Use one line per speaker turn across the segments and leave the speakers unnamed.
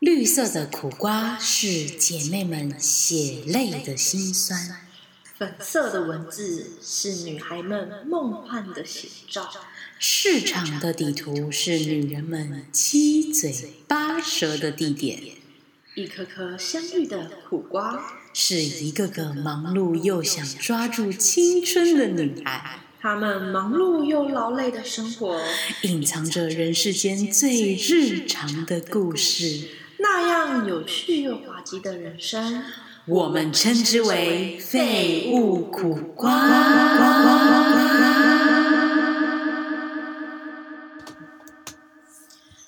绿色的苦瓜是姐妹们血泪的辛酸，
粉色的文字是女孩们梦幻的写照，
市场的地图是女人们七嘴八舌的地点，
一颗颗相遇的苦瓜，
是一个个忙碌又想抓住青春的女孩，
她们忙碌又劳累的生活，
隐藏着人世间最日常的故事，
那样有趣又滑稽的人生。
我们称之为废物苦瓜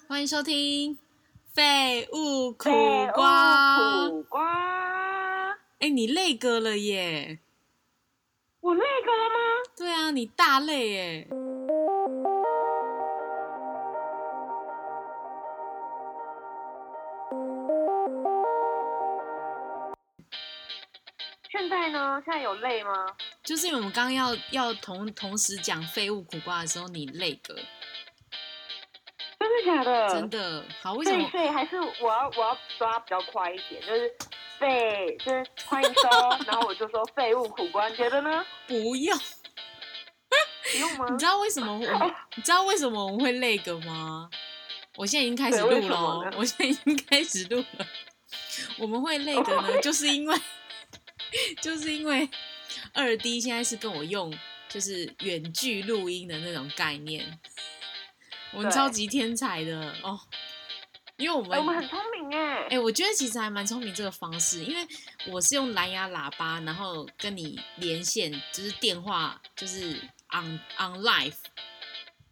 欢迎收听《废物苦
废
瓜》
物苦瓜，
哎，你累哥了耶！
我那个了吗？
对啊，你大累耶！
现在呢？现在有累吗？
就是因为我们刚刚要要同同时讲《废物苦瓜》的时候，你累哥，
真的假的？
真。的好，为什
所以
么？
所以还是我要我要抓比较快一点，就是废，就是欢迎收， 然后我就说废物苦瓜，你觉得呢？
不用，
不用吗
你？知道为什么 我们你知道为什么我们会累哥吗？我现在已经开始
对为
录
什
了
么
哦
呢，
我现在已经开始录了。我们会累哥 呢，就是因为就是因为二 D 现在是跟我用就是远距录音的那种概念，我们
对
超级天才的哦，因为我们
哎我们很聪明哎、
哎、我觉得其实还蛮聪明这个方式，因为我是用蓝牙喇叭，然后跟你连线，就是电话，就是 on on live，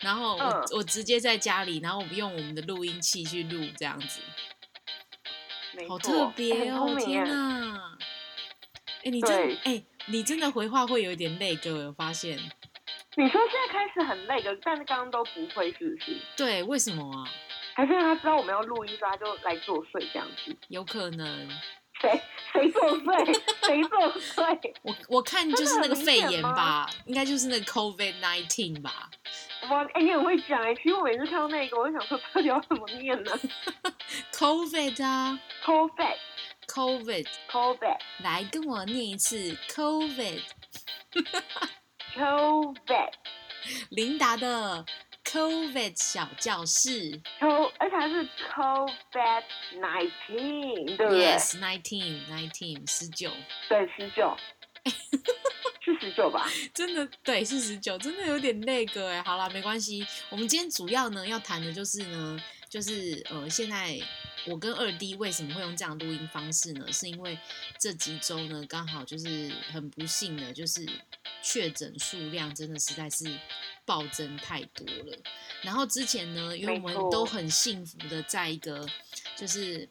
然后我、
嗯
我直接在家里，然后我们用我们的录音器去录这样子，
没
好
错，
特
哎
别
很
哦
聪！明
天
哎、
哪，哎、你真
对
哎、你真的回话会有一点累，哥，我有发现，
你说现在开始很累的，但是刚刚都不会是不是？
对，为什么啊？
还是他知道我们要录音，所以他就来作祟这样子？
有可能，
谁谁作祟？ 谁作祟？
我我看就
真的
是那
很
个
明
肺
显
炎
吗
吧，应该就是那个 COVID nineteen 吧。
哇，哎、你很会讲哎、其实我每次看到那个，我就想说，到底要怎么念呢
COVID 啊
？COVID
，COVID，
COVID
来跟我念一次 COVID，
COVID
琳达的 COVID 小教室
CO，而且还是 COVID nineteen，对不对
，Yes nineteen nineteen 十九，
对，十 九，是十九吧？
真的对是十九，真的有点那个哎。好啦，没关系，我们今天主要呢要谈的就是呢，就是呃现在。我跟二 D 为什么会用这样的录音方式呢？是因为这几周呢，刚好就是很不幸的，就是确诊数量真的实在是暴增太多了。然后之前呢，因为我们
没错
都很幸福的在一个就是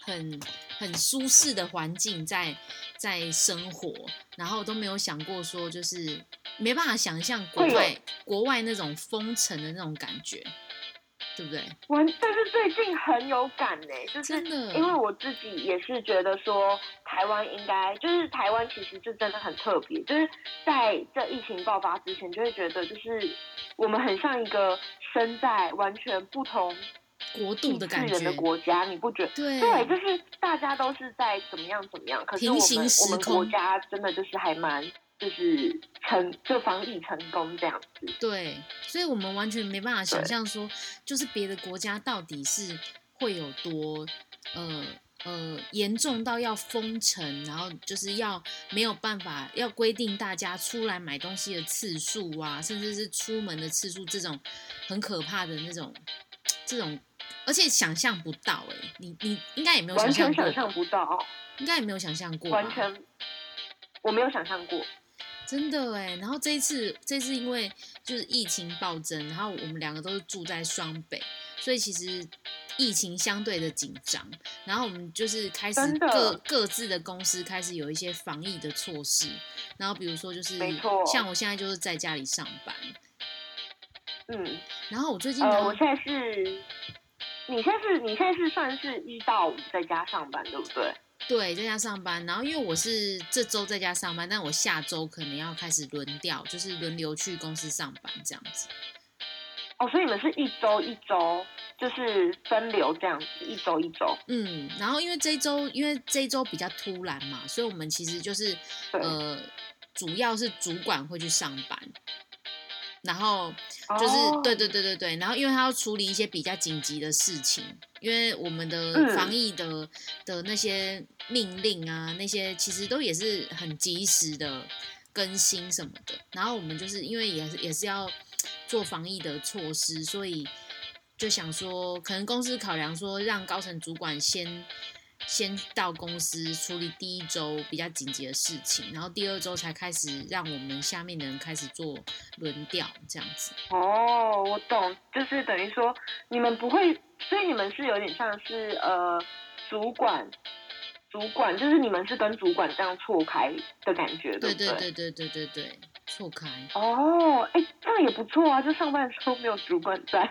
很很舒适的环境在在生活，然后都没有想过说就是没办法想象国
会有
外国外那种封城的那种感觉，对不对？
我但是最近很有感呢、就是
真的
因为我自己也是觉得说，台湾应该就是台湾其实就真的很特别，就是在这疫情爆发之前，就会觉得就是我们很像一个身在完全不同
国度的感
地
觉
区人，的国家，你不觉得？
对
对，就是大家都是在怎么样怎么样，可是我
平行
们我
时
们
空
国家真的就是还蛮就是成就防疫成功这样子，
对，所以我们完全没办法想
对
象说，就是别的国家到底是会有多呃呃严重到要封城，然后就是要没有办法要规定大家出来买东西的次数啊，甚至是出门的次数这种很可怕的那种这种，而且想象不到哎、你你应该也没有
完
想象
全
过
想
吧，
象不到，
应该也没有想象过吧，
完全我没有想象过。
真的哎，然后这一次，这次因为就是疫情暴增，然后我们两个都是住在双北，所以其实疫情相对的紧张。然后我们就是开始
真的
各各自的公司开始有一些防疫的措施，然后比如说就是
没错
像我现在就是在家里上班，
嗯，
然后我最近呢，
呃，我现在是，你现在是，你现在是算是一到五在家上班，对不对？
对，在家上班，然后因为我是这周在家上班，但我下周可能要开始轮调，就是轮流去公司上班这样子。
哦，所以你们是一周一周，就是分流这样子，一周一周。
嗯，然后因为这一周，因为这一周比较突然嘛，所以我们其实就是
对
呃，主要是主管会去上班，然后就是、
哦
对对对对对，然后因为他要处理一些比较紧急的事情，因为我们的
嗯
防疫的、的那些命令啊，那些其实都也是很及时的更新什么的。然后我们就是因为也是也是要做防疫的措施，所以就想说，可能公司考量说让高层主管先。先到公司处理第一周比较紧急的事情，然后第二周才开始让我们下面的人开始做轮调，这样子。
哦，我懂，就是等于说你们不会，所以你们是有点像是呃主管，主管就是你们是跟主管这样错开的感觉，
对
不
对对对对对对，错开，
哦，哎、这样也不错啊！就上班的时候没有主管在，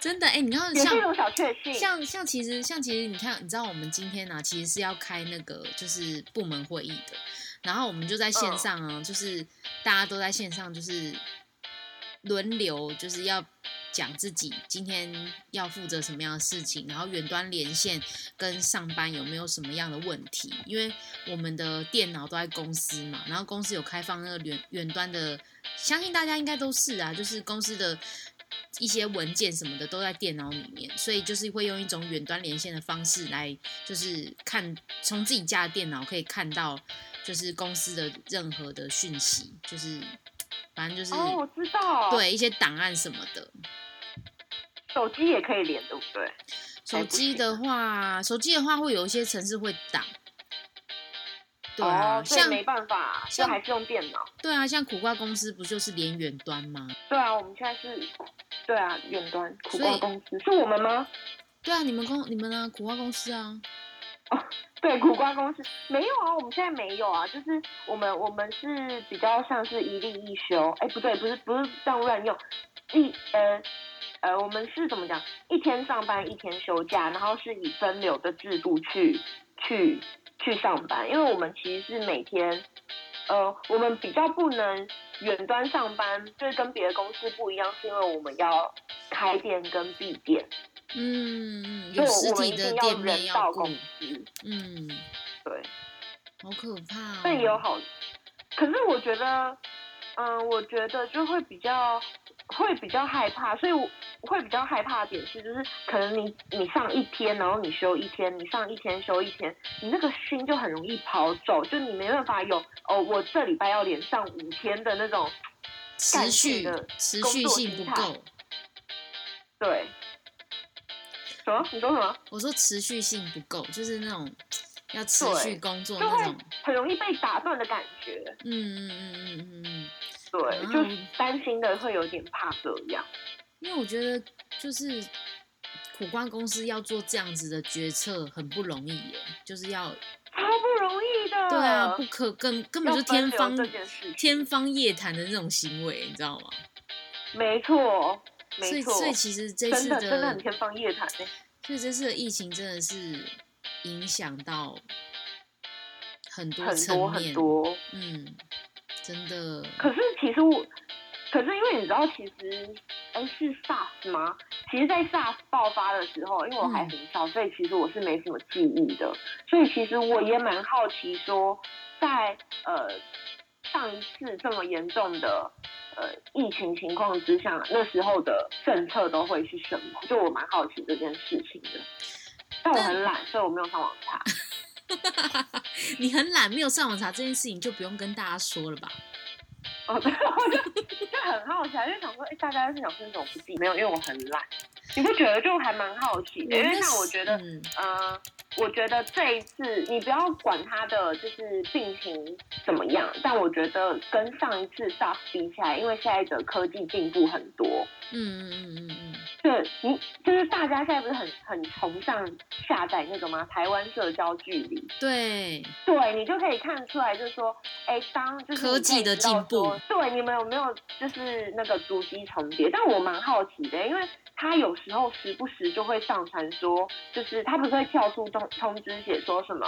真的哎、你看
也是一
像
种小确幸。
像像其实像其实你看，你知道我们今天呢、其实是要开那个就是部门会议的，然后我们就在线
嗯
上啊，就是大家都在线上，就是轮流就是要。讲自己今天要负责什么样的事情，然后远端连线跟上班有没有什么样的问题？因为我们的电脑都在公司嘛，然后公司有开放那个远远端的，相信大家应该都是啊，就是公司的一些文件什么的都在电脑里面，所以就是会用一种远端连线的方式来，就是看从自己家的电脑可以看到，就是公司的任何的讯息，就是反正就是、
哦，我知道，，
对一些档案什么的。
手机也可以连，对不对？
手机的话，手机的话会有一些城市会挡。对啊，
哦，所以
像
没办法，就
像
还是用电脑。
对啊，像苦瓜公司不就是连远端吗？
对啊，我们现在是，对啊，远端苦
所
瓜
以
公司是我们吗？
对啊，你们公你们啊，苦瓜公司啊，
对，苦瓜公司没有啊，我们现在没有啊，就是我们我们是比较像是一例一休，哎，不对，不是不是这样乱用，一呃呃，我们是怎么讲？一天上班，一天休假，然后是以分流的制度去去去上班，因为我们其实是每天，呃，我们比较不能远端上班，就是跟别的公司不一样，是因为我们要开店跟闭店，
嗯，嗯
所
有
以
实
我们
体
一
的
定
店
要
面
人到
要顾
公，司，
嗯，
对。
好可怕、哦。
但也有好，可是我觉得，嗯、我觉得就会比较会比较害怕，所以我会比较害怕的点是，就是可能你你上一天，然后你休一天，你上一天休一天，你那个心就很容易跑走，就你没办法有哦，我这礼拜要连上五天的那种，
持续
干净的
持
工
续
作
性不
心态
够，
对。什么？你说什么？
我说持续性不够，就是那种要持
对
续工作
就
那
会
种，
很容易被打断的感觉，
嗯嗯嗯嗯嗯嗯。
对，
嗯
就是担心的会有点怕这样。
因为我觉得就是苦瓜公司要做这样子的决策很不容易耶，就是要
超不容易的。
对啊，不可根根本就
要
是天
分流
方
这件事情
天方夜谭的那种行为，你知道吗？
没错，
所以
没错，
所以其实这次
真的真的很天方夜谭欸
所以这次的疫情真的是影响到很多
很多
层
很
面，
多。
嗯，真的，
可是其实我，可是因为你知道，其实哎是 SARS 吗？其实，在 SARS 爆发的时候，因为我还很小，所以其实我是没什么记忆的。所以其实我也蛮好奇说，在呃上一次这么严重的。呃，疫情情况之下，那时候的政策都会是什么？就我蛮好奇这件事情的，但我很懒，所以我没有上网查。
你很懒，没有上网查这件事情，就不用跟大家说了吧。
哦，对， 我就就很好奇，啊，就想说，哎、大家是想分手不记？没有，因为我很懒。你不觉得就还蛮好奇的？因为
那
像我
时
觉得，
嗯
呃，我觉得这一次你不要管他的就是病情怎么样，但我觉得跟上一次 SARS 比起来，因为现在的科技进步很多，
嗯嗯嗯嗯嗯，
对，你就是大家现在不是很很崇尚下载那个吗？台湾社交距离，
对，
对你就可以看出来，就是说，哎，当就是
科技的进步
你可以知道说，对你们有没有就是那个足迹重叠？但我蛮好奇的，因为他有时候时不时就会上传说，就是他不是会跳出通通知写说什么，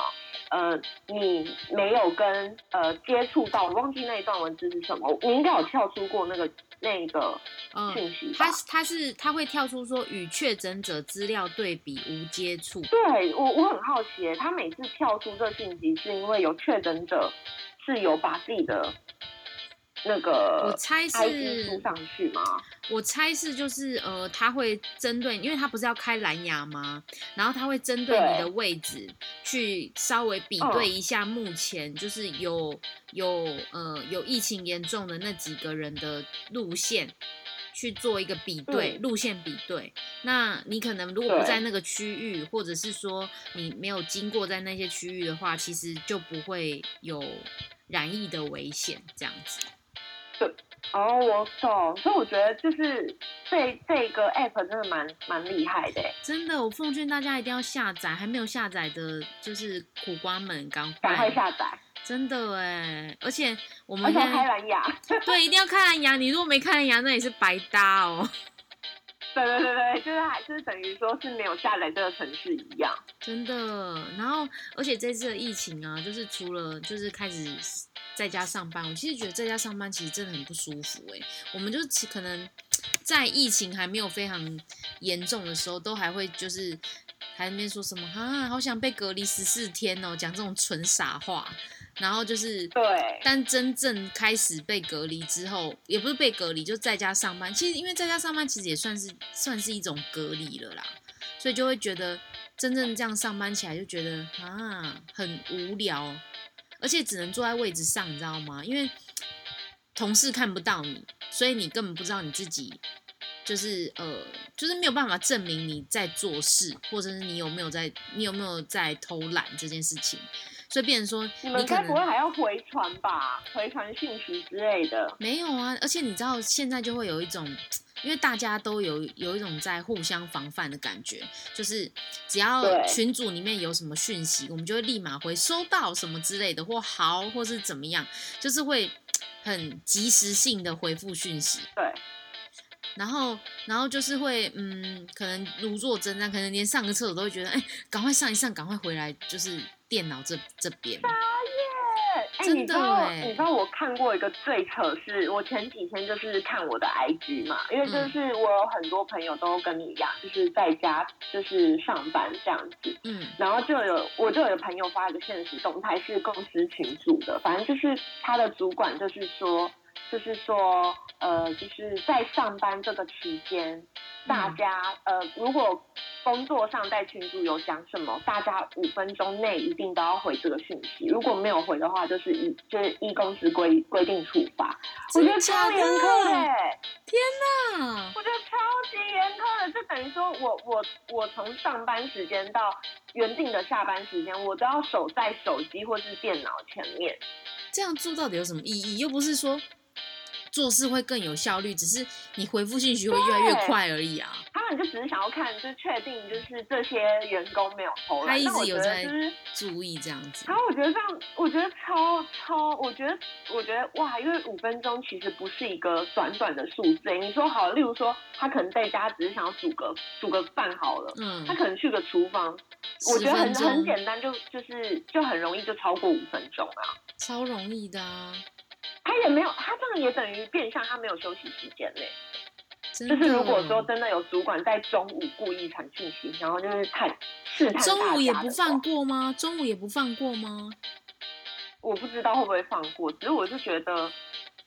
呃，你没有跟呃接触到，我忘记那一段文字是什么，你应该有跳出过那个那个
嗯，
讯息吧
它它是它会跳出说与确诊者资料对比无接触，
对我我很好奇耶，他每次跳出这讯息，是因为有确诊者是有把自己的那
我
个
猜
ID
是
输上去吗？
我猜是就是呃，他会针对，因为他不是要开蓝牙吗？然后他会针对你
对嗯
的位置去稍微比对一下，目前就是有、有呃有疫情严重的那几个人的路线。去做一个比对、
嗯
路线比对，那你可能如果不
对
在那个区域，或者是说你没有经过在那些区域的话，其实就不会有染疫的危险，这样子。
哦，我懂，所以我觉得就是这这个 app 真的蛮蛮厉害的耶，
真的，我奉劝大家一定要下载，还没有下载的，就是苦瓜们赶
赶快
快，
下载，
真的哎！而且我
而
们
且
现
要开
在
蓝牙，
对一定要看蓝牙，你如果没看蓝牙，那也是白搭哦，
对对对对，就是还就是等于说是没有下载这个程序一样。
真的。然后，而且这次的疫情啊，就是除了就是开始在家上班，我其实觉得在家上班其实真的很不舒服哎。我们就其可能在疫情还没有非常严重的时候，都还会就是。还在那边说什么啊？好想被隔离十四天哦，讲这种纯傻话。然后就是
对
但真正开始被隔离之后，也不是被隔离，就在家上班。其实因为在家上班，其实也算是算是一种隔离了啦，所以就会觉得真正这样上班起来，就觉得啊很无聊，而且只能坐在位置上，你知道吗？因为同事看不到你，所以你根本不知道你自己。就是呃，就是没有办法证明你在做事，或者是你有没有在，你有没有在偷懒这件事情，所以变成说
你
你
们
可
该
能
不会还要回传吧？回传讯息之类的。
没有啊，而且你知道现在就会有一种，因为大家都有有一种在互相防范的感觉，就是只要
对
群组里面有什么讯息，我们就会立马回收到什么之类的，或好，或是怎么样，就是会很及时性的回复讯息。
对，
然后，然后就是会，嗯，可能如坐针毡，可能连上个厕所都会觉得，哎，赶快上一上，赶快回来，就是电脑这这边。
哎、
真的
你知道
欸
你知道我看过一个最扯是，我前几天就是看我的 IG 嘛，因为
嗯
就是我有很多朋友都跟你一样，就是在家就是上班这样子，
嗯
然后就有我就有朋友发一个现实动态是公司群组的，反正就是他的主管就是说，就是说呃，就是在上班这个期间，大家呃如果工作上在群组有讲什么，大家五分钟内一定都要回这个讯息，如果没有回的话，就是依就是依公司规规定处罚。我觉得
真假
超
的
严苛的、欸
啊，
我觉得超级严苛的，这等于说我我我从上班时间到原定的下班时间，我都要守在手机或是电脑前面。
这样做到底有什么意义？又不是说做事会更有效率，只是你回复信息会越来越快而已啊。
他们就只是想要看，就确定就是这些员工没有偷
他
懒。
一
那我
直有
觉得
在
就是，
注意这样子
然，后我觉得这样，我觉得超超，我觉得我觉得哇，因为五分钟其实不是一个短短的数字。你说好，例如说他可能在家只是想要煮个煮个饭好了，
嗯
他，可能去个厨房，我
十
觉得
分
很很
钟
简单，就就是就很容易就超过五分钟啊。
超容易的啊，
他也没有，他这样也等于变相他没有休息时间嘞。
真
就
的。
是如果
哦
说真的有主管在中午故意传讯息，然后就是探试探大
中午
家
也
的
不
话
放，过吗？中午也不放过吗？
我不知道会不会放过，只是我是觉得。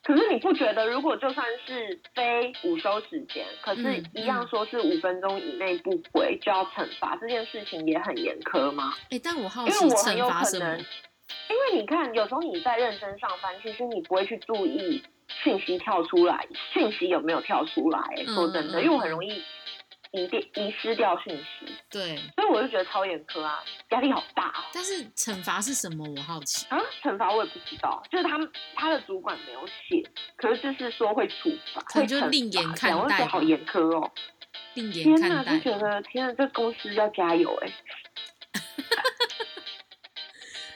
可是你不觉得，如果就算是非午休时间，可是
嗯
一样
嗯
说是五分钟以内不回就要惩罚，这件事情也很严苛吗？
哎、但我好
因
奇
为我很
惩
有
罚
可
什
能，
么？
因为你看，有时候你在认真上班，其实你不会去注意讯息跳出来，讯息有没有跳出来、
嗯
说真的，
嗯
因为我很容易遗掉遗失掉讯息，
对，
所以我就觉得超严苛啊，压力好大哦。
但是惩罚是什么？我好奇。
啊，惩罚我也不知道，就是他们他的主管没有写，可是就是说会处罚，
可
会
能就
惩罚
另眼
这样
看
我就觉
待
得好
吧
严苛哦。
另眼
天
看
呐，
待
就，觉得天呐，这公司要加油哎、欸！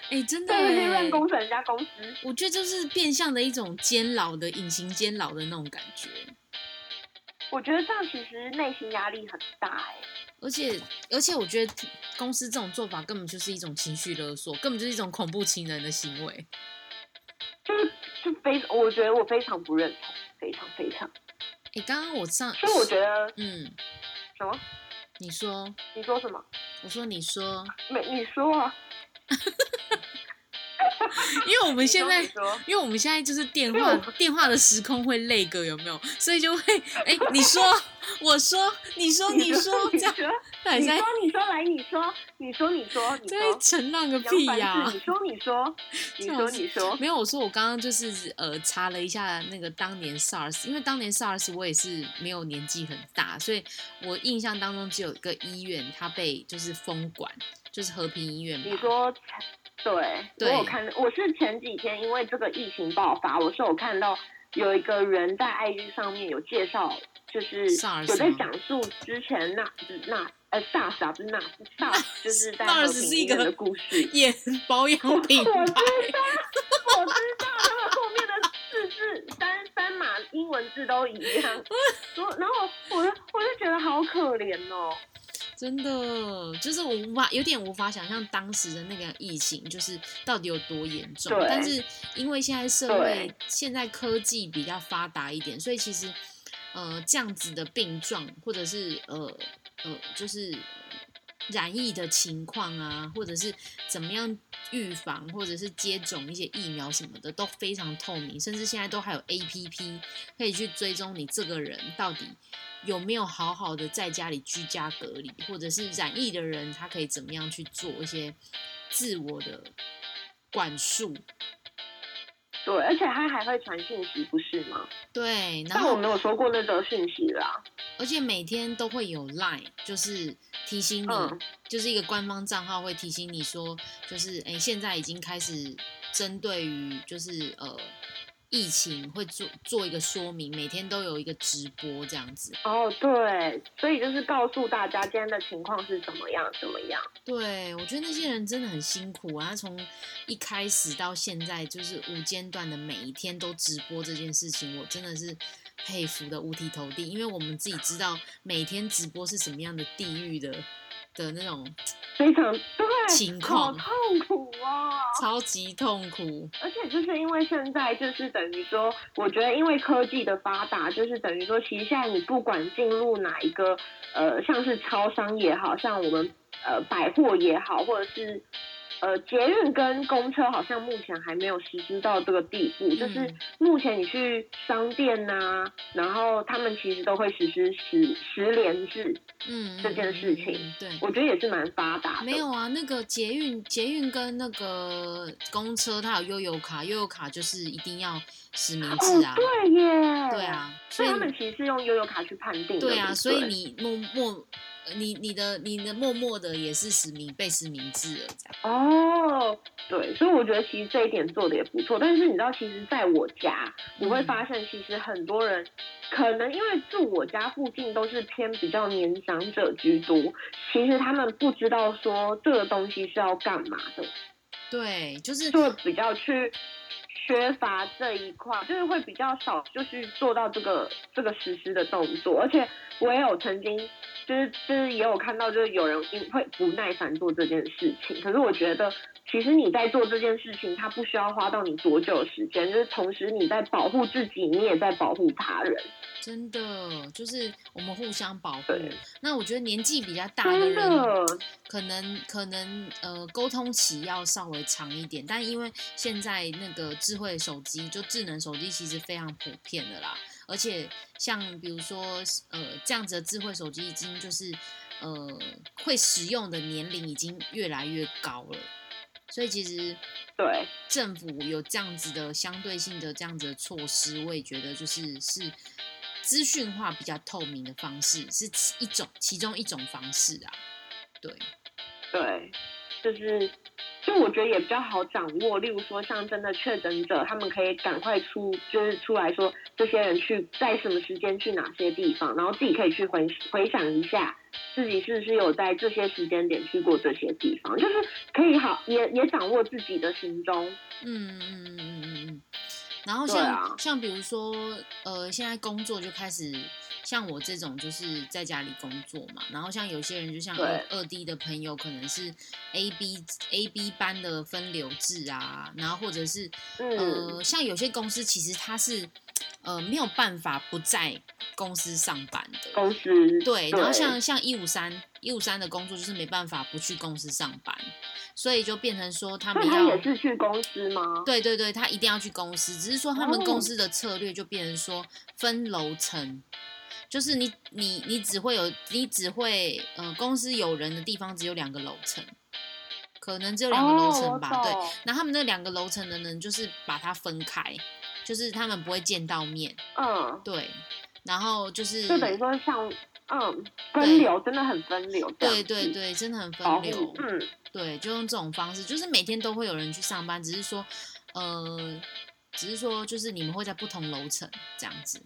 哎、真的、
对对对，乱
欸，
攻成人家公司，
我觉得就是变相的一种监牢的隐形监牢的那种感觉。
我觉得这样其实内心压力很大哎、
而且而且，我觉得公司这种做法根本就是一种情绪勒索，根本就是一种恐怖情人的行为。
就是就非，我觉得我非常不认同，非常非常。
诶，刚刚我上，
所以我觉得
嗯，
什么？
你说，
你说什么？
我说你 说，
没，你说啊。
因为我们
你
现
说
在哦
你 说
因为我们现在就是电话电话的时空会累个有没有？所以就会哎、你 说，我说，你说，你说，这
你
样
说，
到底
你
在
说，你说，来，你说，你说，你说，你
在
说，
沉浪个屁
杨
呀、
凡志你说，你说，你
这
说，
种事
你说，
没有，我说我刚刚就是呃查了一下那个当年 SARS，因为当年 SARS 我也是没有年纪很大，所以我印象当中只有一个医院它被就是封管，就是和平医院吧。
你 说。对，
对
我有看，我是前几天因为这个疫情爆发，我是有看到有一个人在 IG 上面有介绍，就是
SARS
有在
吗
讲述之前那那呃 SARS 啊，不是那 SARS，就是 在
SARS
和
是
平
一
医
个
院的故事。
眼保养品
我知
牌
道，我知道他们后面的四字三三码英文字都一样，我然后我就我就觉得好可怜哦。
真的就是我无法有点无法想象当时的那个疫情就是到底有多严重
对。
但是因为现在社会
对
现在科技比较发达一点，所以其实呃这样子的病状或者是呃呃就是染疫的情况啊，或者是怎么样预防，或者是接种一些疫苗什么的都非常透明，甚至现在都还有 A P P 可以去追踪你这个人到底有没有好好的在家里居家隔离，或者是染疫的人他可以怎么样去做一些自我的管束。
对，而且他还会传讯息，不是吗？
对，然
但我
后
没有收过那则讯息啦。
而且每天都会有 Line，就是提醒你，
嗯
就是一个官方账号会提醒你说，就是哎、诶现在已经开始针对于就是呃疫情会做做一个说明，每天都有一个直播这样子。
哦，对，所以就是告诉大家今天的情况是怎么样，怎么样。
对，我觉得那些人真的很辛苦啊！他从一开始到现在，就是无间断的每一天都直播这件事情，我真的是佩服的五体投地。因为我们自己知道每天直播是什么样的地狱的的那种
非常对，
情况
好痛苦哦。
超级痛苦。
而且就是因为现在就是等于说，我觉得因为科技的发达，就是等于说，其实现在你不管进入哪一个呃，像是超商也好，像我们呃百货也好，或者是呃捷运跟公车，好像目前还没有实施到这个地步。就是
嗯
目前你去商店呐、然后他们其实都会实施十十连制，
嗯，
这件事情
嗯，嗯嗯对。
我觉得也是蛮发达的。哦
没有啊，那个捷运、捷运跟那个公车，它有悠游卡，悠游卡就是一定要实名
哦
制啊，，
对耶，
对，啊，所
所以
以
他们其实是用悠游卡去判定的。
对
不
啊，所以你默默，呃你你的你的默默的也是实名被实名制了，这样。
哦，对，所以我觉得其实这一点做的也不错。但是你知道，其实在我家，我会
嗯
发现其实很多人。可能因为住我家附近都是偏比较年长者居多，其实他们不知道说这个东西是要干嘛的，
对，就是
就会比较去缺乏这一块，就是会比较少，就是做到这个这个实施的动作。而且我也有曾经，就是就是也有看到，就是有人因会不耐烦做这件事情。可是我觉得，其实你在做这件事情，它不需要花到你多久的时间，就是同时你在保护自己，你也在保护他人。
真的就是我们互相保护
对。
那我觉得年纪比较大的
真
人，
的，
可能可能呃沟通期要稍微长一点，但因为现在那个智慧手机就智能手机其实非常普遍的啦，而且像比如说呃这样子的智慧手机已经就是呃会使用的年龄已经越来越高了，所以其实
对，
政府有这样子的相对性的这样子的措施，我也觉得就是是资讯化比较透明的方式，是其一种其中一种方式啊，对。
对，就是。就我觉得也比较好掌握，例如说像真的确诊者，他们可以赶快出，就是出来说这些人去在什么时间去哪些地方，然后自己可以去回回想一下，自己是不是有在这些时间点去过这些地方，就是可以好也也掌握自己的行踪。
嗯嗯嗯嗯嗯嗯。然后
对
像、
啊
像比如说，呃，现在工作就开始像我这种就是在家里工作嘛，然后像有些人就像二二 D 的朋友，可能是 A B A B 班的分流制啊，然后或者是、
嗯
呃，像有些公司其实它是呃没有办法不在公司上班的。
公司
对，然后像像一五三一五三的工作就是没办法不去公司上班，所以就变成说他
那
们
他
要
也是去公司吗？
对对对，他一定要去公司，只是说他们
哦
公司的策略就变成说分楼层，就是你你你只会有你只会呃公司有人的地方只有两个楼层，可能只有两个楼层吧，对
哦、我。懂
那他们那两个楼层的人就是把它分开，就是他们不会见到面，
嗯，
对，然后就是
就等于说像嗯
对
分流，真的很分流这样
对
子，
对对，真的很
保
分流，
护，嗯，
对，就用这种方式，就是每天都会有人去上班，只是说，呃，只是说就是你们会在不同楼层这样子，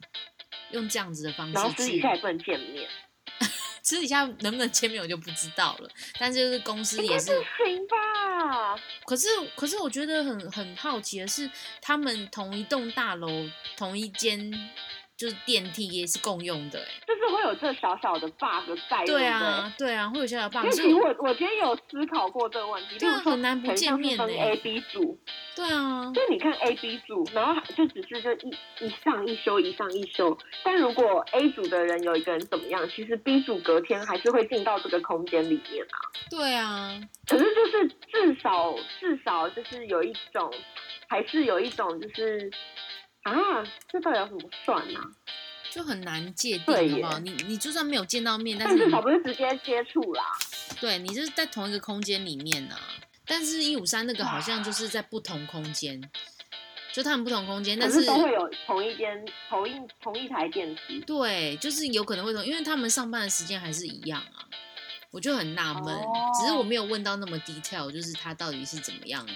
用这样子的方
然后
式
私
去
底。下也不能见面，
私底下能不能签名我就不知道了，但是就是公司
应该
也
不
是，
行吧？
可是可是我觉得很很好奇的是，他们同一栋大楼同一间就是电梯也是共用的、欸，
就是会有这小小的 bug 在，
对
不哎对
啊对啊，会有些小 bug，
因为
所以
其实
我
我我今天有思考过这个问题，
对啊
就是说
很难不见面
很像是
欸
分 A、B 组，
对啊
就，是你看 A、B 组，然后就只是就一一上一休，一上一休。但如果 A 组的人有一个人怎么样，其实 B 组隔天还是会进到这个空间里面啊。
对啊，
可是就是至少至少就是有一种，还是有一种就是啊，这到底要怎么算啊？
就很难界
对
定，好不好？
耶
你你就算没有见到 面，但
但
是
至
你
少不是直接接触啦。
对你就是在同一个空间里面啊，但是一五三那个好像就是在不同空间，就他们不同空间，
可
但
是都会有同一间、同一同一台电梯。
对，就是有可能会同，因为他们上班的时间还是一样啊，我就很纳闷，
哦
只是我没有问到那么 detail，就是他到底是怎么样。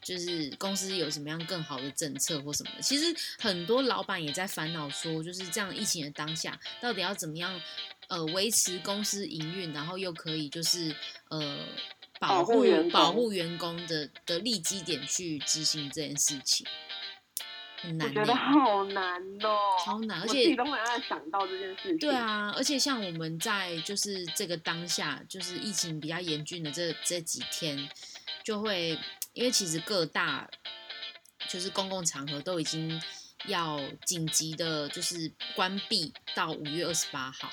就是公司有什么样更好的政策或什么的，其实很多老板也在烦恼说，就是这样疫情的当下，到底要怎么样呃维持公司营运，然后又可以就是呃保
保护
护
员工
保护员工的的利基点去执行这件事情，很
我
难、欸。
觉得 好难哦，
超难而
我
且
自己都很爱想到这件事情。
对，啊，而且像我们在就是这个当下，就是疫情比较严峻的这这几天，就会因为其实各大就是公共场合都已经要紧急的，就是关闭到五月二十八号，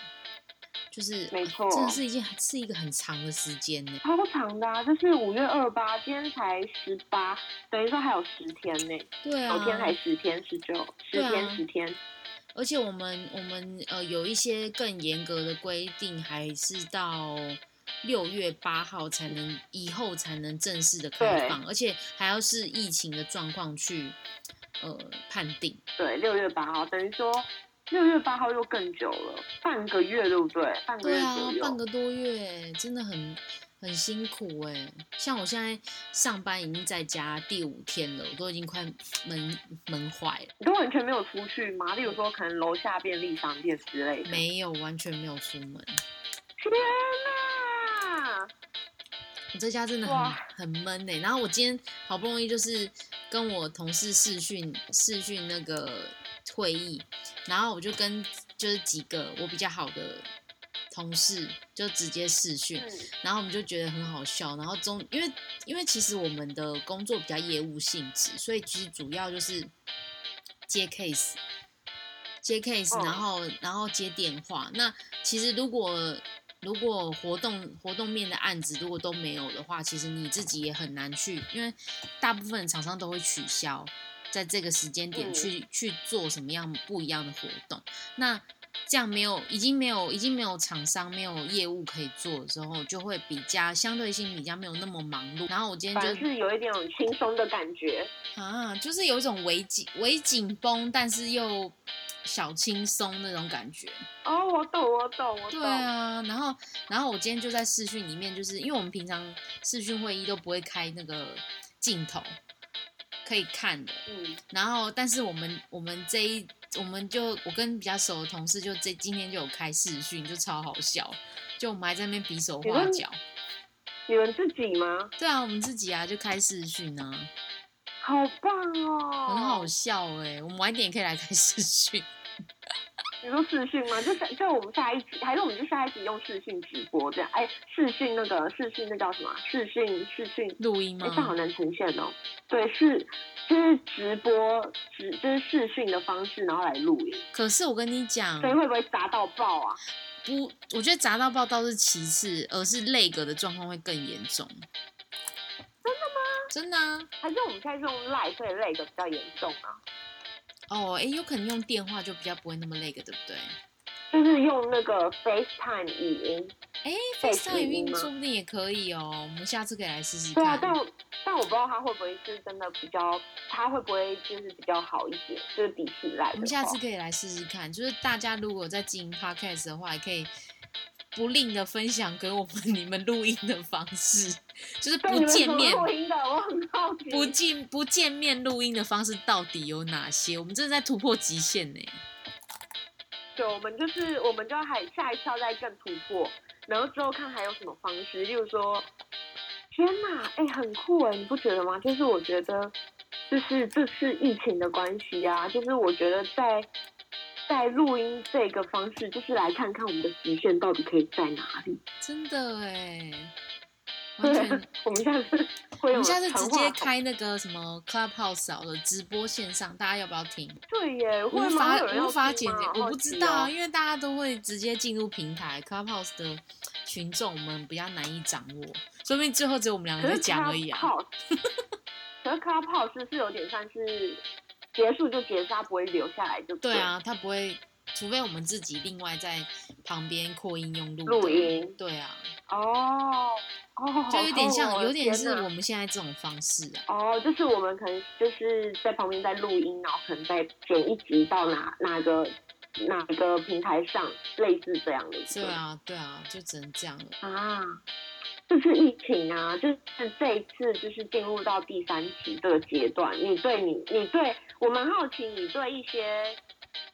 就是啊
没错
真的是一件是一个很长的时间呢。
超长的、啊，就是五月二八，今天才十八，等于说还有十天呢、
对啊，
昨天还十天，十九，十
对啊
天，十天。
而且我们我们呃有一些更严格的规定，还是到六月八号才能以后才能正式的开
对
放，而且还要是疫情的状况去呃判定。
对，六月八号，等于说六月八号又更久了，半个月，对不对？半个
对
月
啊
左，右。
半个多月真的很很辛苦哎、像我现在上班已经在家第五天了，我都已经快闷闷坏了，
你都完全没有出去吗？例如说，可能楼下便利商店之类的。
没有完全没有出门，
天啊哪、
我在家真的很
哇
很闷呢、欸然后我今天好不容易就是跟我同事视讯视讯那个会议，然后我就跟就是几个我比较好的同事就直接视讯，
嗯，
然后我们就觉得很好笑。然后中因为因为其实我们的工作比较业务性质，所以其实主要就是接 case。接 case，、
嗯
然后然后接电话。那其实如果如果活动活动面的案子如果都没有的话，其实你自己也很难去，因为大部分厂商都会取消，在这个时间点
嗯
去、去做什么样不一样的活动。那这样没有，已经没有，已经没有厂商没有业务可以做的时候，就会比较相对性比较没有那么忙碌。然后我今天
反
就
而是有一点轻松的感觉。
啊，就是有一种微紧微紧绷，但是又小轻松那种感觉。
哦，我懂，我懂，我懂。
对啊，然后然后我今天就在视讯里面，就是因为我们平常视讯会议都不会开那个镜头可以看的，
嗯，
然后但是我们我们这一我们就我跟比较熟的同事就这今天就有开视讯，就超好笑，就我们还在那边比手
你
画
们
脚。
你们自己吗？
对啊，我们自己啊就开视讯啊，
好棒哦，
欸很好笑哎、我们晚一点也可以来开视讯。
你说视讯吗？就在就我们下一集，还是我们就下一集用视讯直播这样？哎，视讯那个视讯那叫什么啊？视讯视讯
录音
哎、
吗？
这好难呈现哦。对，是就是直播直就是视讯的方式，然后来录音，
可是我跟你讲
所，以会不会砸到爆啊？
不，我觉得砸到爆倒是其次，而是累格的状况会更严重。真的吗？真的啊、
还是我们现在用 live 会累的比较严重啊？
哦，哎，有可能用电话就比较不会那么累格，对不对？
就是用那个 FaceTime 语音。
哎
对
，FaceTime
语
语
音
音
吗
说不定也可以哦，我们下次可以来试试
对啊
看，。
但我但我不知道它会不会是真的比较，它会不会就是比较好一点，就是比起来
我
的
们下
话
次可以来试试看，就是大家如果在经营 podcast 的话，也可以不吝的分享给我们 你们录音的方式，就是
对
不
你们
见
怎么
面。
录音的，我很好 奇。
不见不见面录音的方式到底有哪些？我们真的在突破极限呢、
对，我们就是我们就还下一次要再更突破，然后之后看还有什么方式，例如说，天哪，哎、很酷哎，你不觉得吗？就是我觉得，就是这次疫情的关系啊，就是我觉得在在录音这个方式，就是来看看我们的极限到底可以在哪里。
真的哎、完
对
全。，
我们下次
我
会有
们下次直
传话
接
筒
开那个什么 Clubhouse 好了，直播线上，大家要不要听？
对耶，
无
会吗
法
会有人要
无法解
听吗
决，
好
我不
奇
知道啊，
哦
因为大家都会直接进入平台，Clubhouse 的群众我们比较难以掌握，说不定最后只有我们两个
可
在
是
讲而已啊。
Clubhouse 可 是 Clubhouse 是有点像是结束就结束，它不会留下来就
对，啊，他不会，除非我们自己另外在旁边扩音用录
录
的
音
对啊，
哦哦，
就有点
好痛
像，
哦
有点是
天哪
我们现在这种方式啊。
哦，就是我们可能就是在旁边在录音，然后可能再剪一集到哪哪个哪个平台上，类似这样的。
对啊，对啊，就只能这样了。
啊，这次疫情啊，就是这一次就是进入到第三期这个阶段，你对你你对我蛮好奇，你对一些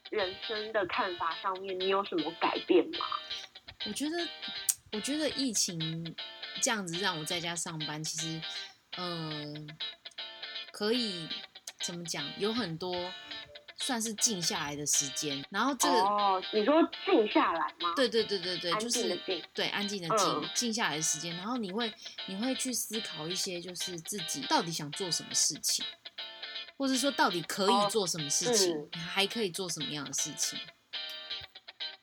人生的看法上面，你有什么改变吗？
我觉得，我觉得疫情这样子让我在家上班，其实，呃，可以怎么讲，有很多算是静下来的时间。然后这个，
哦，你说静下来吗？，
对对对对对，
安
就
静
是
的静。
对，安静的静、
嗯
静下来的时间，然后你会你会去思考一些，就是自己到底想做什么事情，或者说到底可
哦
以做什么事情，
嗯
还可以做什么样的事情。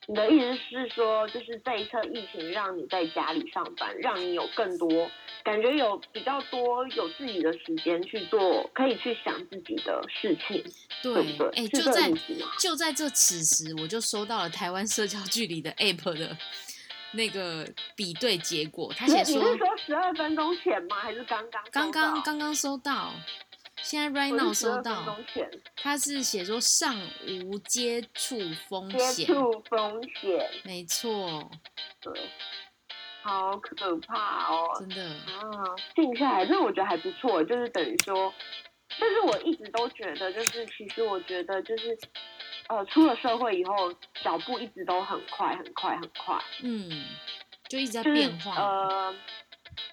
你的意思是说，就是这一次疫情让你在家里上班，让你有更多感觉有比较多有自己的时间去做，可以去想自己的事情，对
对
不，对？
哎、
是
就
这个
在
意思吗？
就在这此时，我就收到了台湾社交距离的 app 的那个比对结果，他
你
写
你是
说
说十二分钟前吗？还是刚刚收到？
刚刚刚刚收到，现在 right
我
now
是12
收
分
到
钟，前
他是写说尚无接触风
接
险，
触风险，
没错，
对，好可怕哦！
真的，
啊，静下来，那我觉得还不错，就是等于说，但是我一直都觉得，就是其实我觉得就是，呃，出了社会以后，脚步一直都很快，很快，很快，
嗯，就一直在
就是
变化，
呃，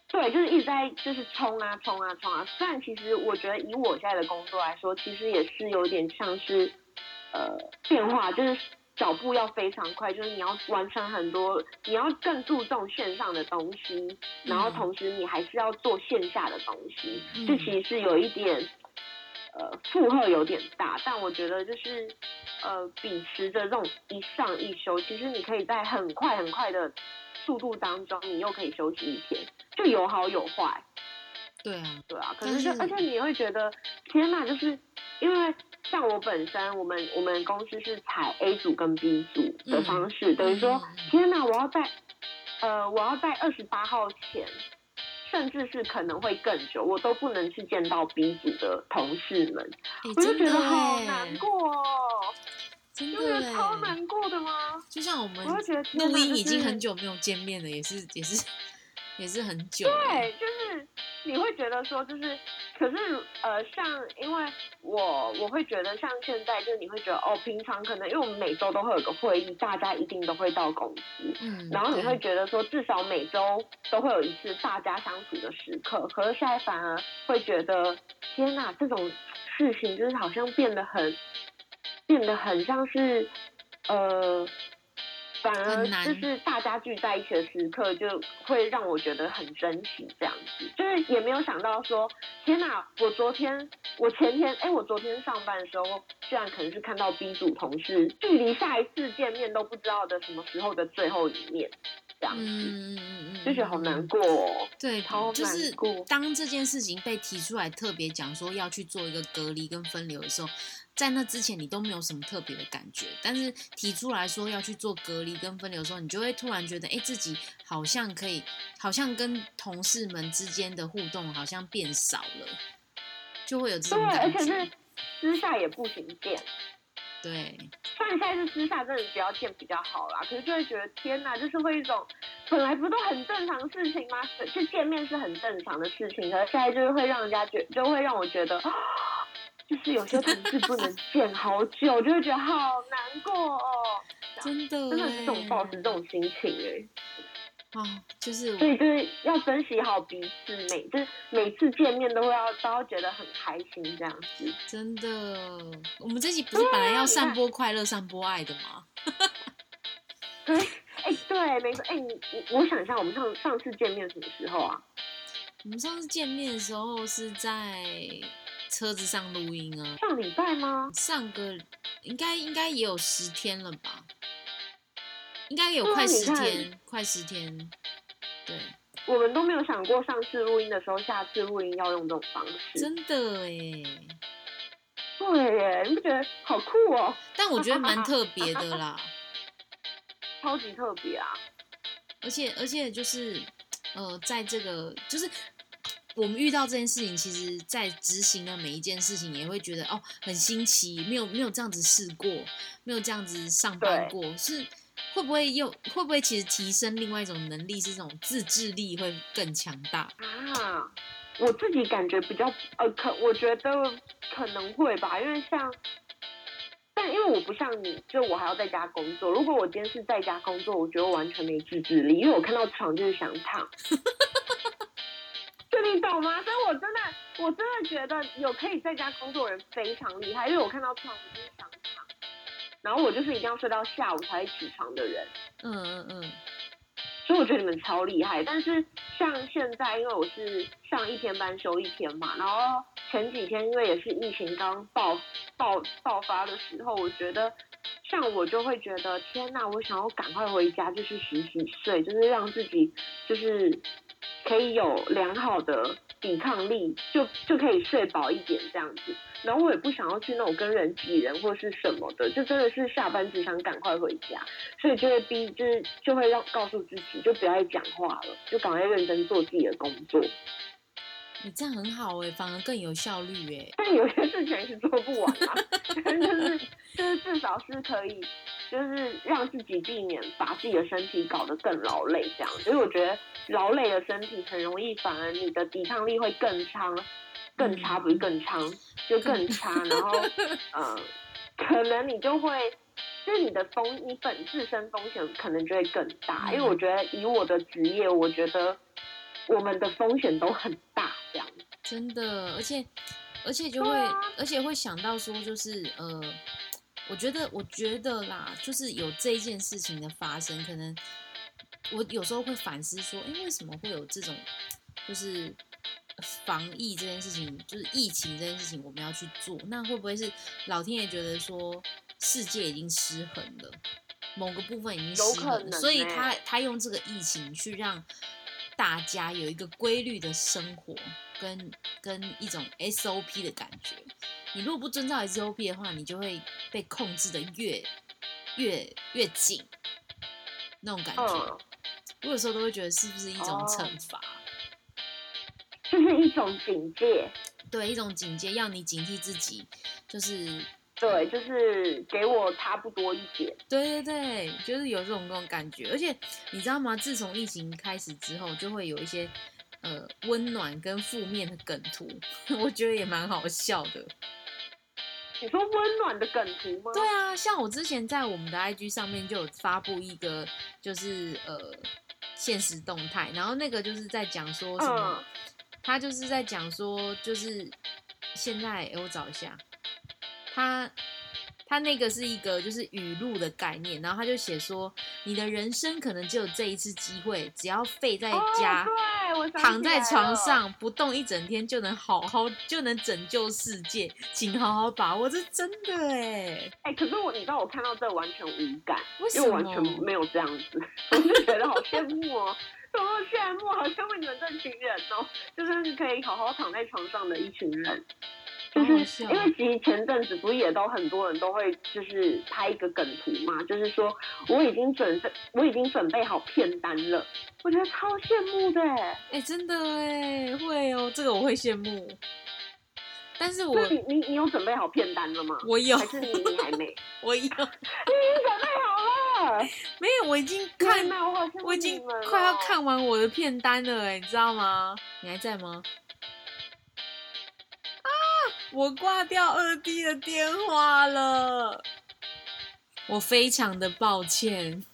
对，就是一直在就是冲啊冲啊冲啊。虽然其实我觉得以我现在的工作来说，其实也是有点像是呃变化，就是脚步要非常快，就是你要完成很多，你要更注重线上的东西，然后
嗯
同时你还是要做线下的东西，
嗯
这其实是有一点。呃，负荷有点大，但我觉得就是，呃，秉持着这种一上一休，其实你可以在很快很快的速度当中，你又可以休息一天，就有好有坏，
对啊，
对啊。可
但
是就是而且你会觉得，天哪，就是因为像我本身，我们我们公司是采 A 组跟 B 组的
嗯
方式，等于说
嗯嗯嗯
天哪，我要在呃，我要在二十八号前，甚至是可能会更久，我都不能去见到 B 组的同事们，
哎、
我就
真
觉
的
得好
哎
难，过哦，
真
就觉
的
得超
哎，
难过的吗？
就像我们
我就觉得天哪
录音已
就是
经很久没有见面了，也是也是也是很久了，
对，就是你会觉得说，就是可是呃，像因为我我会觉得像现在，就是你会觉得哦，平常可能因为我们每周都会有个会议，大家一定都会到公司，
嗯，
然后你
对
会觉得说，至少每周都会有一次大家相处的时刻，可是现在反而会觉得，天哪，这种事情就是好像变得很，变得很像是呃，反而
很难
就是大家聚在一起的时刻，就会让我觉得很珍惜这样子。就是也没有想到说，天哪！我昨天，我前天，哎，我昨天上班的时候，居然可能是看到 B 组同事距离下一次见面都不知道的什么时候的最后一面，这样子、
嗯嗯嗯嗯，
就觉得好难过哦。
对，
超
就
难
是
过
当这件事情被提出来，特别讲说要去做一个隔离跟分流的时候，在那之前你都没有什么特别的感觉，但是提出来说要去做隔离跟分流的时候，你就会突然觉得，哎，自己好像可以，好像跟同事们之间的互动好像变少了，就会有这
对
种，
而
感
且是
觉。
私下也不行见。
对，
虽然现在是私下，真的不要见比较好啦。可是就会觉得天哪，就是会一种本来不都很正常的事情吗？就见面是很正常的事情，可是现在就是会让人家觉，就会让我觉得，啊就是有些同事不能见好久，就会觉得好难过哦。
真的
真的是这种抱持
欸
这种心情
啊，
哎、
就是我
所以就是要珍惜好彼此，每就是每次见面都会要都要觉得很开心这样子。
真的，我们这集不是本来要散播快乐、散播爱的吗？
哎、对，没错，哎、你你我想一下，我们上上次见面什么时候啊？
我们上次见面的时候是在车子上录音啊，
上礼拜吗？
上个应该应该也有十天了吧，应该有
对啊
快
你
十
看
天，快十天，对，
我们都没有想过上次录音的时候，下次录音要用这种方式。
真的哎。
对耶，你不觉得好酷哦？
但我觉得蛮特别的啦，
超级特别啊！
而且而且就是，呃，在这个就是我们遇到这件事情，其实在执行的每一件事情，也会觉得哦很新奇，没有没有这样子试过，没有这样子上班
对
过，是会不会又会不会其实提升另外一种能力，是这种自制力会更强大？
啊，我自己感觉比较呃，可我觉得可能会吧，因为像，但因为我不像你，就我还要在家工作。如果我今天是在家工作，我觉得我完全没自制力，因为我看到床就是想躺。就你懂吗？所以我真的，我真的觉得有可以在家工作的人非常厉害，因为我看到床我就是想躺，然后我就是一定要睡到下午才会起床的人。
嗯嗯嗯，
所以我觉得你们超厉害。但是像现在，因为我是上一天班休一天嘛，然后前几天因为也是疫情刚爆爆爆发的时候，我觉得像我就会觉得天呐，我想要赶快回家，就是洗洗睡，就是让自己就是可以有良好的抵抗力，就就可以睡饱一点这样子。然后我也不想要去那种跟人挤人或是什么的，就真的是下班只想赶快回家。所以就会逼，就是就会让告诉自己，就不要再讲话了，就赶快认真做自己的工作。
你这样很好哎、反而更有效率哎、
但有些事情是做不完啊， 但就是就是至少是可以，就是让自己避免把自己的身体搞得更劳累这样。所以我觉得劳累的身体很容易，反而你的抵抗力会更差，更差不是更差，就更差。然后，呃，可能你就会。就是你的风，你本自身风险可能就会更大，因为我觉得以我的职业，我觉得我们的风险都很大，这样。
真的，而且而且就会，
对啊
而且会想到说，就是呃，我觉得我觉得啦，就是有这一件事情的发生，可能我有时候会反思说，哎、为什么会有这种就是防疫这件事情，就是疫情这件事情，我们要去做，那会不会是老天爷觉得说世界已经失衡了？某个部分已经
有
失
可
衡了，
能
所以
欸
他他用这个疫情去让大家有一个规律的生活，跟跟一种 SOP 的感觉。你如果不遵照 SOP 的话，你就会被控制的越越越紧，那种感觉。
嗯。
我有时候都会觉得是不是一种
哦
惩罚？
就是 一种警戒，
对，一种警戒，要你警惕自己，就是
对，就是给我差不多一点。
对对对，就是有这种这种感觉，而且你知道吗？自从疫情开始之后，就会有一些呃温暖跟负面的梗图， 我觉得也蛮好笑的。
你说温暖的梗图吗？
对啊，像我之前在我们的 IG 上面就有发布一个，就是呃现实动态，然后那个就是在讲说什么，
嗯
他就是在讲说，就是现在诶我找一下，他他那个是一个就是语录的概念，然后他就写说，你的人生可能只有这一次机会，只要废在家。
哦对，我想
躺在
起来
床，
了
上不动一整天就能好好就能拯救世界，请好好把握，这真的哎，
哎、可是我你知道我看到这完全无感，
为什
因为我完全
么？
没有这样子，我就觉得好羡慕哦，多么羡慕，好羡慕你们这群人哦，就是可以好好躺在床上的一群人。就
好好
是
笑
因为其实前阵子不是也都很多人都会就是拍一个梗图嘛，就是说我已经准备我已经准备好片单了，我觉得超羡慕的哎。
哎、真的哎，会哦，这个我会羡慕。但是我
那你你你有准备好片单了吗？
我有
还是你你还 没？你
我有
已经准备好了，
没有？我已 经
天
看
哪，我好羡慕
我已经
你们哦
快要看完我的片单了哎，你知道吗？你还在吗？啊！我挂掉二弟的电话了，我非常的抱歉。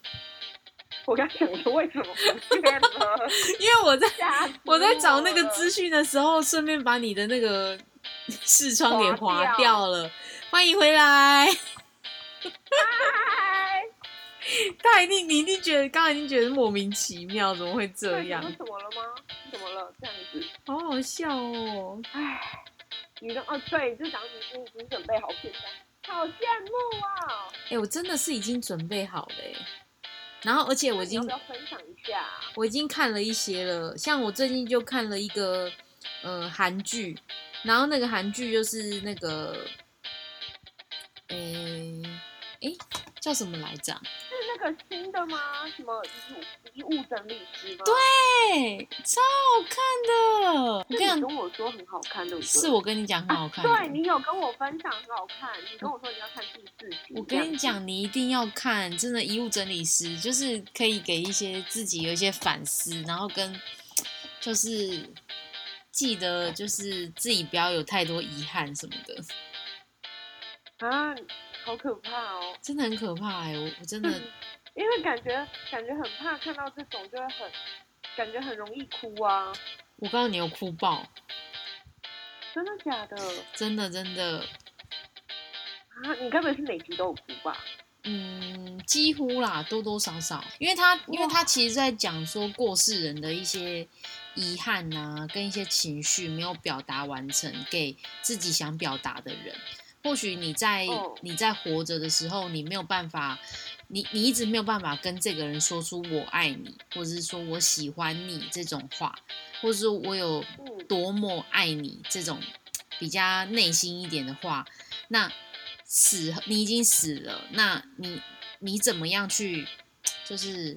我刚想说为什么不见了，
因为我在
吓死
我在找那个
我了
资讯的时候，顺便把你的那个 视窗给
划
划
掉
掉了。欢迎回来，
嗨，
他一定你一定觉得刚才一定觉得莫名其妙，怎么会这
对
样？
怎么了吗？怎么了？这样子，
啊好好笑哦！
唉，你的哦，对，就讲你你已经准备好片单，好羡慕啊！
哎、我真的是已经准备好了、欸，然后而且我已
你要
经
不要分享一下？啊
我已经看了一些了，像我最近就看了一个呃韩剧，然后那个韩剧就是那个，诶、诶、叫什么来着啊？
是那个新的吗？什么遗物遗物整理师吗？
对，超好看的。我跟你
是
讲，
你跟我说很好看，对不对？
是我跟你讲很好看的、
对你有跟我分享很好看，你跟我说你要看第四集。
我跟你讲，你一定要看，真的，遗物整理师就是可以给一些自己有一些反思，然后跟就是记得就是自己不要有太多遗憾什么的，
这样子啊，好可怕哦！
真的很可怕哎、我我真
嗯
的
因为感觉感觉很怕看到这种，就会很感觉很容易哭啊，
我告诉你，我哭爆，
真的假的？
真的真的，
啊，你该不会是每集都有哭吧？
嗯，几乎啦，多多少少，因为他，因为他其实在讲说过世人的一些遗憾呐、跟一些情绪没有表达完成给自己想表达的人。或许你在、
哦
你在活着的时候，你没有办法，你你一直没有办法跟这个人说出“我爱你”或者是说我喜欢你这种话，或者说我有
嗯
多么爱你这种比较内心一点的话，那死你已经死了，那你你怎么样去就是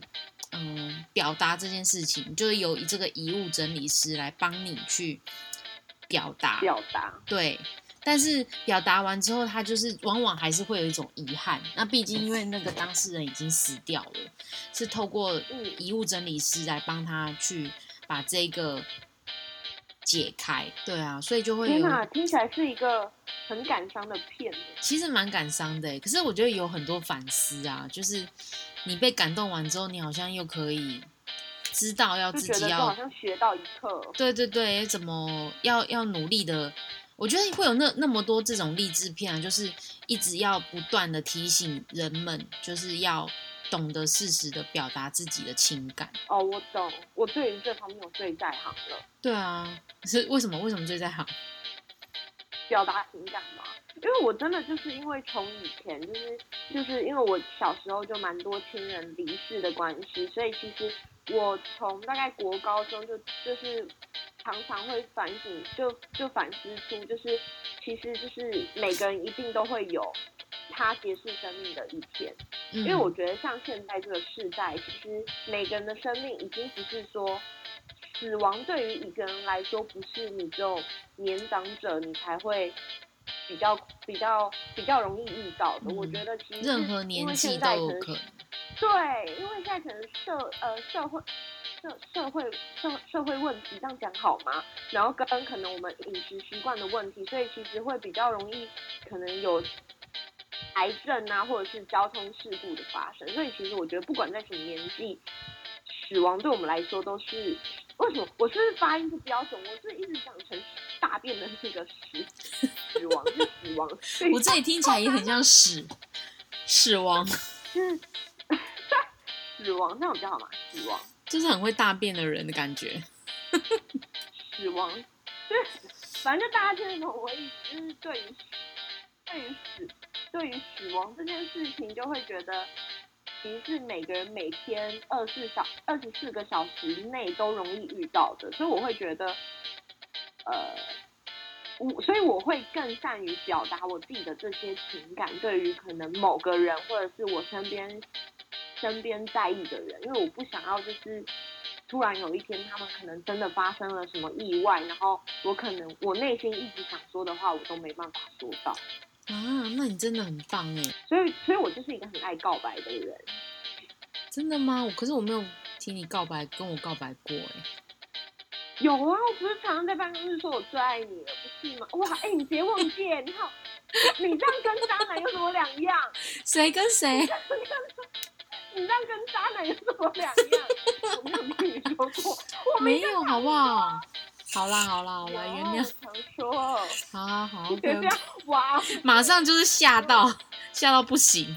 嗯表达这件事情，就是由这个遗物整理师来帮你去表达，
表达，
对。但是表达完之后，他就是往往还是会有一种遗憾。那毕竟因为那个当事人已经死掉了，是透过
嗯
遗物整理师来帮他去把这个解开。对啊，所以就会
天
有
哪，听起来是一个很感伤的片耶。
其实蛮感伤的欸，可是我觉得有很多反思啊，就是你被感动完之后，你好像又可以知道要
就
自
觉
己
得就好
要，
像学到一课，哦
对对对，怎么要要努力的。我觉得会有那那么多这种励志片啊，就是一直要不断的提醒人们，就是要懂得适时的表达自己的情感。
哦，我懂，我对于这方面我最在行了，
对啊，是为什么？为什么最在行？
表达情感嘛。因为我真的就是因为从以前就是就是因为我小时候就蛮多亲人离世的关系，所以其实我从大概国高中就就是常常会反省，就就反思出就是其实就是每个人一定都会有他结束生命的一天。
嗯、
因为我觉得像现在这个世代，其实每个人的生命已经不是说死亡对于一个人来说，不是你这种年长者你才会比较比较比较容易遇到的。
嗯
我觉得其实是
任何
因
年
为
纪
现
都
在
有
能
可能。
对，因为现在可能社呃社会社社会社社会问题，这样讲好吗？然后跟可能我们饮食习惯的问题，所以其实会比较容易可能有癌症啊，或者是交通事故的发生。所以其实我觉得，不管在什么年纪，死亡对我们来说都是为什么我是不是发音不标准？我是一直想成大便的那个屎屎王是屎王，所以
我这里听起来也很像屎屎王，
就是死亡这样比较好嘛？死亡
就是很会大便的人的感觉。
死亡，就是 反正就大家听得懂我意思，就是对于对于死对于死亡这件事情，就会觉得其实是每个人每天二十小二十四个小时内都容易遇到的，所以我会觉得，呃。我所以我会更善于表达我自己的这些情感，对于可能某个人或者是我身边身边在意的人，因为我不想要就是突然有一天他们可能真的发生了什么意外，然后我可能我内心一直想说的话我都没办法说到，
啊，那你真的很棒哎！
所以所以我就是一个很爱告白的人。
真的吗？我可是我没有听你告白，跟我告白过哎。
有啊，我不是常常在办公室说我最爱你了，不是吗？哇，哎、你别忘记，你好，你这样跟渣男有什么两样？
谁跟谁？
你这样跟渣男有什么两样？我没有跟你说过，我
没有，好不好？好啦，好啦，好啦，原谅。
我常说，
好好好
你别
，OK OK
这样。哇，
马上就是吓到，吓到不行，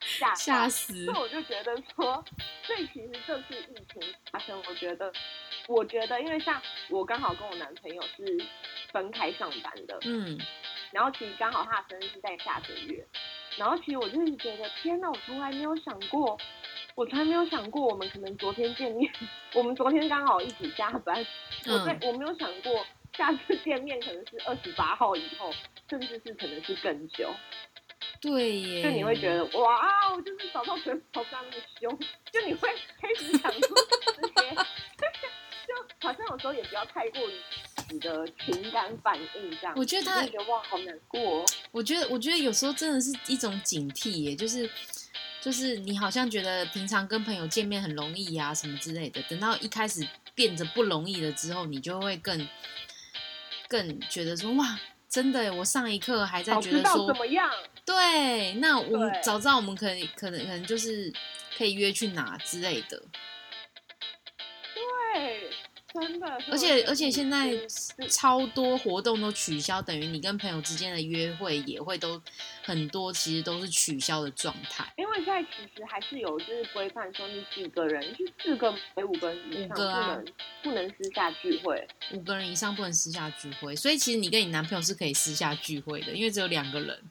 吓
吓！ 死
所以！我就觉得说，所以其实这次疫情发生，我觉得，我觉得，因为像我刚好跟我男朋友是分开上班的，
嗯，
然后其实刚好他的生日是在下个月，然后其实我就是觉得，天哪，我从来没有想过，我从来没有想过，我们可能昨天见面， 我们昨天刚好一起下班，我在
嗯
我没有想过下次见面可能是二十八号以后，甚至是可能是更久，
对
就
耶。
你会觉得哇，我就是找到枕头那么凶，就你 会开始想出这些， 就好像有时候也不要太过于你的情感反应这样，
我觉得他
你就觉得哇好难过哦、
我觉得，我觉得有时候真的是一种警惕耶，就是就是你好像觉得平常跟朋友见面很容易呀、什么之类的，等到一开始变得不容易了之后，你就会更更觉得说哇，真的耶，我上一刻还在
早
觉
知
得
道
说
怎么样？
对，那我们
对
早知道我们可以可能可能就是可以约去哪之类的，
对，真的。
而且而且现在
就
超多活动都取消，等于你跟朋友之间的约会也会都很多，其实都是取消的状态。
因为现在其实还是有就是规范说你几个人，就四个为五个人以
五
上不
个啊
能不能私下聚会。
五个人以上不能私下聚会，所以其实你跟你男朋友是可以私下聚会的，因为只有两个人。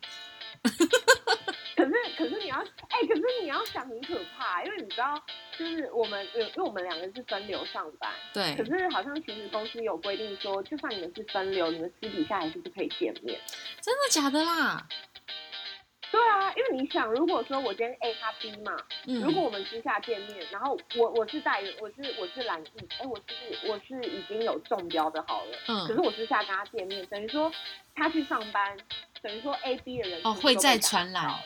可是可是你要哎、可是你要想很可怕，因为你知道就是我们因为因为我们两个是分流上班，
对
可，是好像其实公司有规定说，就算你们是分流，你们私底下还是不可以见面。
真的假的啦？
对啊，因为你想，如果说我今天 A 他 B 嘛，
嗯，
如果我们私下见面，然后我我是代言，我是我是蓝艺，哎，我是我是已经有中标的好了，可是
嗯
我私下跟他见面，等于说他去上班，等于说 A、B 的人
哦
其实
会
都被
再
打
传染
到了，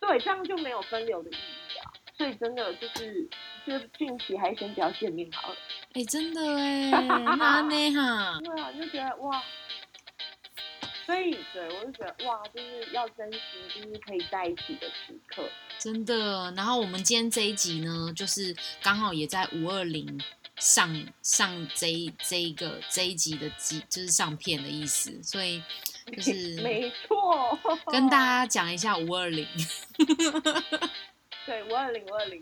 对，这样就没有分流的意义啊。所以真的就是就是近期还是先不要见面好了。
哎、真的哎，那呢哈，
对啊，你就觉得哇，所以对我就觉得哇，就是要珍惜，就是可以在一起的时刻。
真的。然后我们今天这一集呢，就是刚好也在五二零上上这一这一个这一集的集，就是上片的意思，所以 就是
没错，
跟大家讲一下五二零，
对五二零五二零。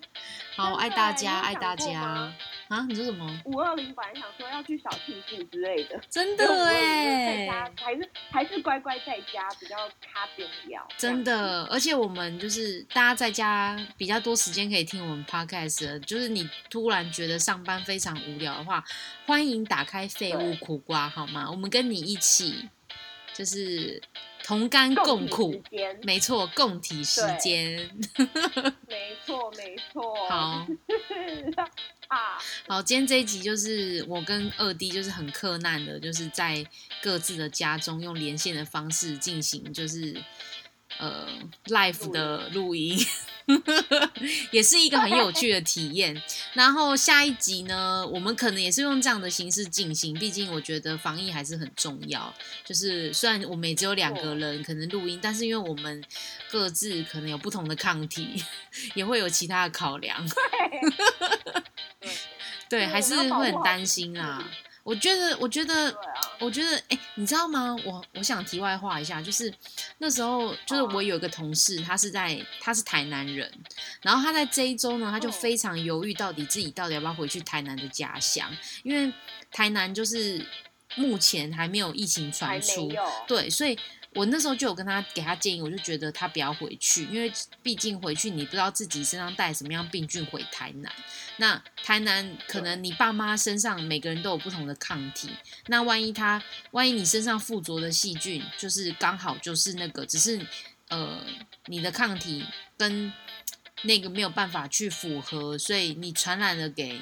好，
真的
爱大家，
你
爱
有
大
想过
家
吗
啊！你说什么？
五二零本来想说要去小庆祝之类的，
真
结果520
的
在
哎
家，还是还是乖乖在家比较卡点聊。
真
这样子，
的，而且我们就是大家在家比较多时间可以听我们 podcast，了就是你突然觉得上班非常无聊的话，欢迎打开废物
对
苦瓜好吗？我们跟你一起就是同甘共
共体
苦
时，间，
没错，共体时间。
没错没错。
好，
啊，
好，今天这一集就是我跟二弟就是很克难的，就是在各自的家中用连线的方式进行，就是呃 live 的录音。 也是一个很有趣的体验。然后下一集呢，我们可能也是用这样的形式进行，毕竟我觉得防疫还是很重要。就是虽然我们也只有两个人可能录音，但是因为我们各自可能有不同的抗体， 也会有其他的考量，
对
对，
对
还是
我们要保护
会很
好
担
自
心啦
己。
我觉得，我觉得
对啊，
我觉得，哎、你知道吗？我我想题外话一下，就是那时候，就是我有一个同事，他是在他是台南人，然后他在这一周呢，他就
嗯
非常犹豫，到底自己到底要不要回去台南的家乡，因为台南就是目前还没有疫情
还
传
没
出，
有，
对，所以我那时候就有跟他给他建议，我就觉得他不要回去，因为毕竟回去你不知道自己身上带什么样病菌回台南。那台南可能你爸妈身上每个人都有不同的抗体，那万一他万一你身上附着的细菌就是刚好就是那个，只是呃你的抗体跟那个没有办法去符合，所以你传染了给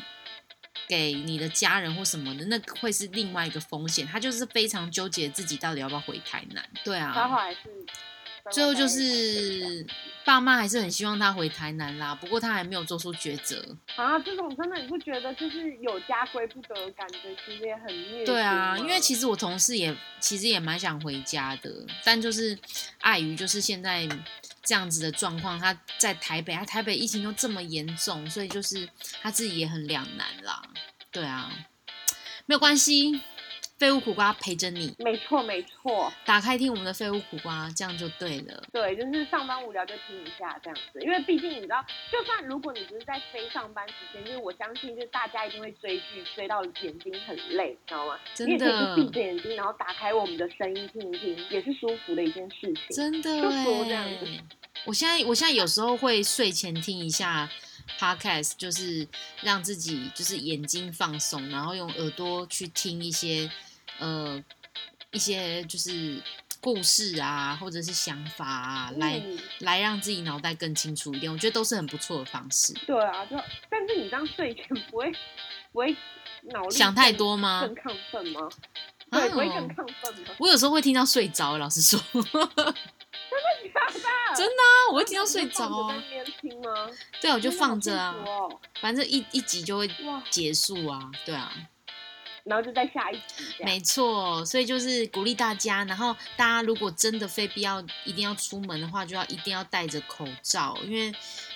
给你的家人或什么的，那个会是另外一个风险。他就是非常纠结自己到底要不要回台南。对
他后
啊，
来是
最后就是爸妈还是很希望他回台南啦，不过他还没有做出抉择。
啊，这种真的你不觉得就是有家归不得，感觉其实也很虐心吗。
对啊，因为其实我同事也其实也蛮想回家的，但就是碍于就是现在这样子的状况，他在台北，他台北疫情又这么严重，所以就是他自己也很两难啦。对啊，没有关系，废物苦瓜陪着你。
没错没错，
打开听我们的废物苦瓜，这样就对了。
对，就是上班无聊就听一下这样子，因为毕竟你知道，就算如果你不是在非上班时间，就是我相信，就是大家一定会追剧追到眼睛很累，你知道吗？你
真
也可以
的
就闭，着眼睛，然后打开我们的声音听一听，也是舒服的一件事情。
真的
就
哎、
说这样子
我现在我现在有时候会睡前听一下 podcast，就是让自己就是眼睛放松，然后用耳朵去听一些呃一些就是故事啊，或者是想法啊，来、
嗯
来让自己脑袋更清楚一点。我觉得都是很不错的方式。
对啊，就但是你这样睡前不会不会脑力
想太多吗
更亢奋吗？
啊
对，不会更亢奋吗？
我有时候会听到睡着，欸老实说， 真的、啊，我会听到睡着
我在
啊
那。边听吗？
对啊，我就
真的好
放着啊
幸福。哦
反正一一集就会
哇，
结束啊，对啊，
然后就在下一集这样。
没错，所以就是鼓励大家，然后大家如果真的非必要一定要出门的话，就要一定要戴着口罩，因为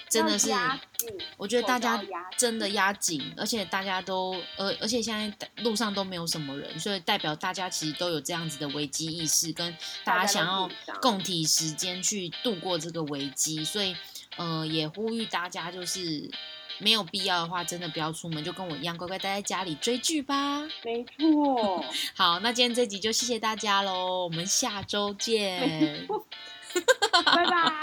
真的是
要压紧
我觉得大家
口罩压紧
真的压紧，而且大家都呃，而且现在路上都没有什么人，所以代表大家其实都有这样子的危机意识，跟大家想要共体时间去度过这个危机，所以呃，也呼吁大家就是没有必要的话，真的不要出门，就跟我一样乖乖待在家里追剧吧。
没 错，
好，那哎今天这集就谢谢大家喽，我们下周见。
拜拜。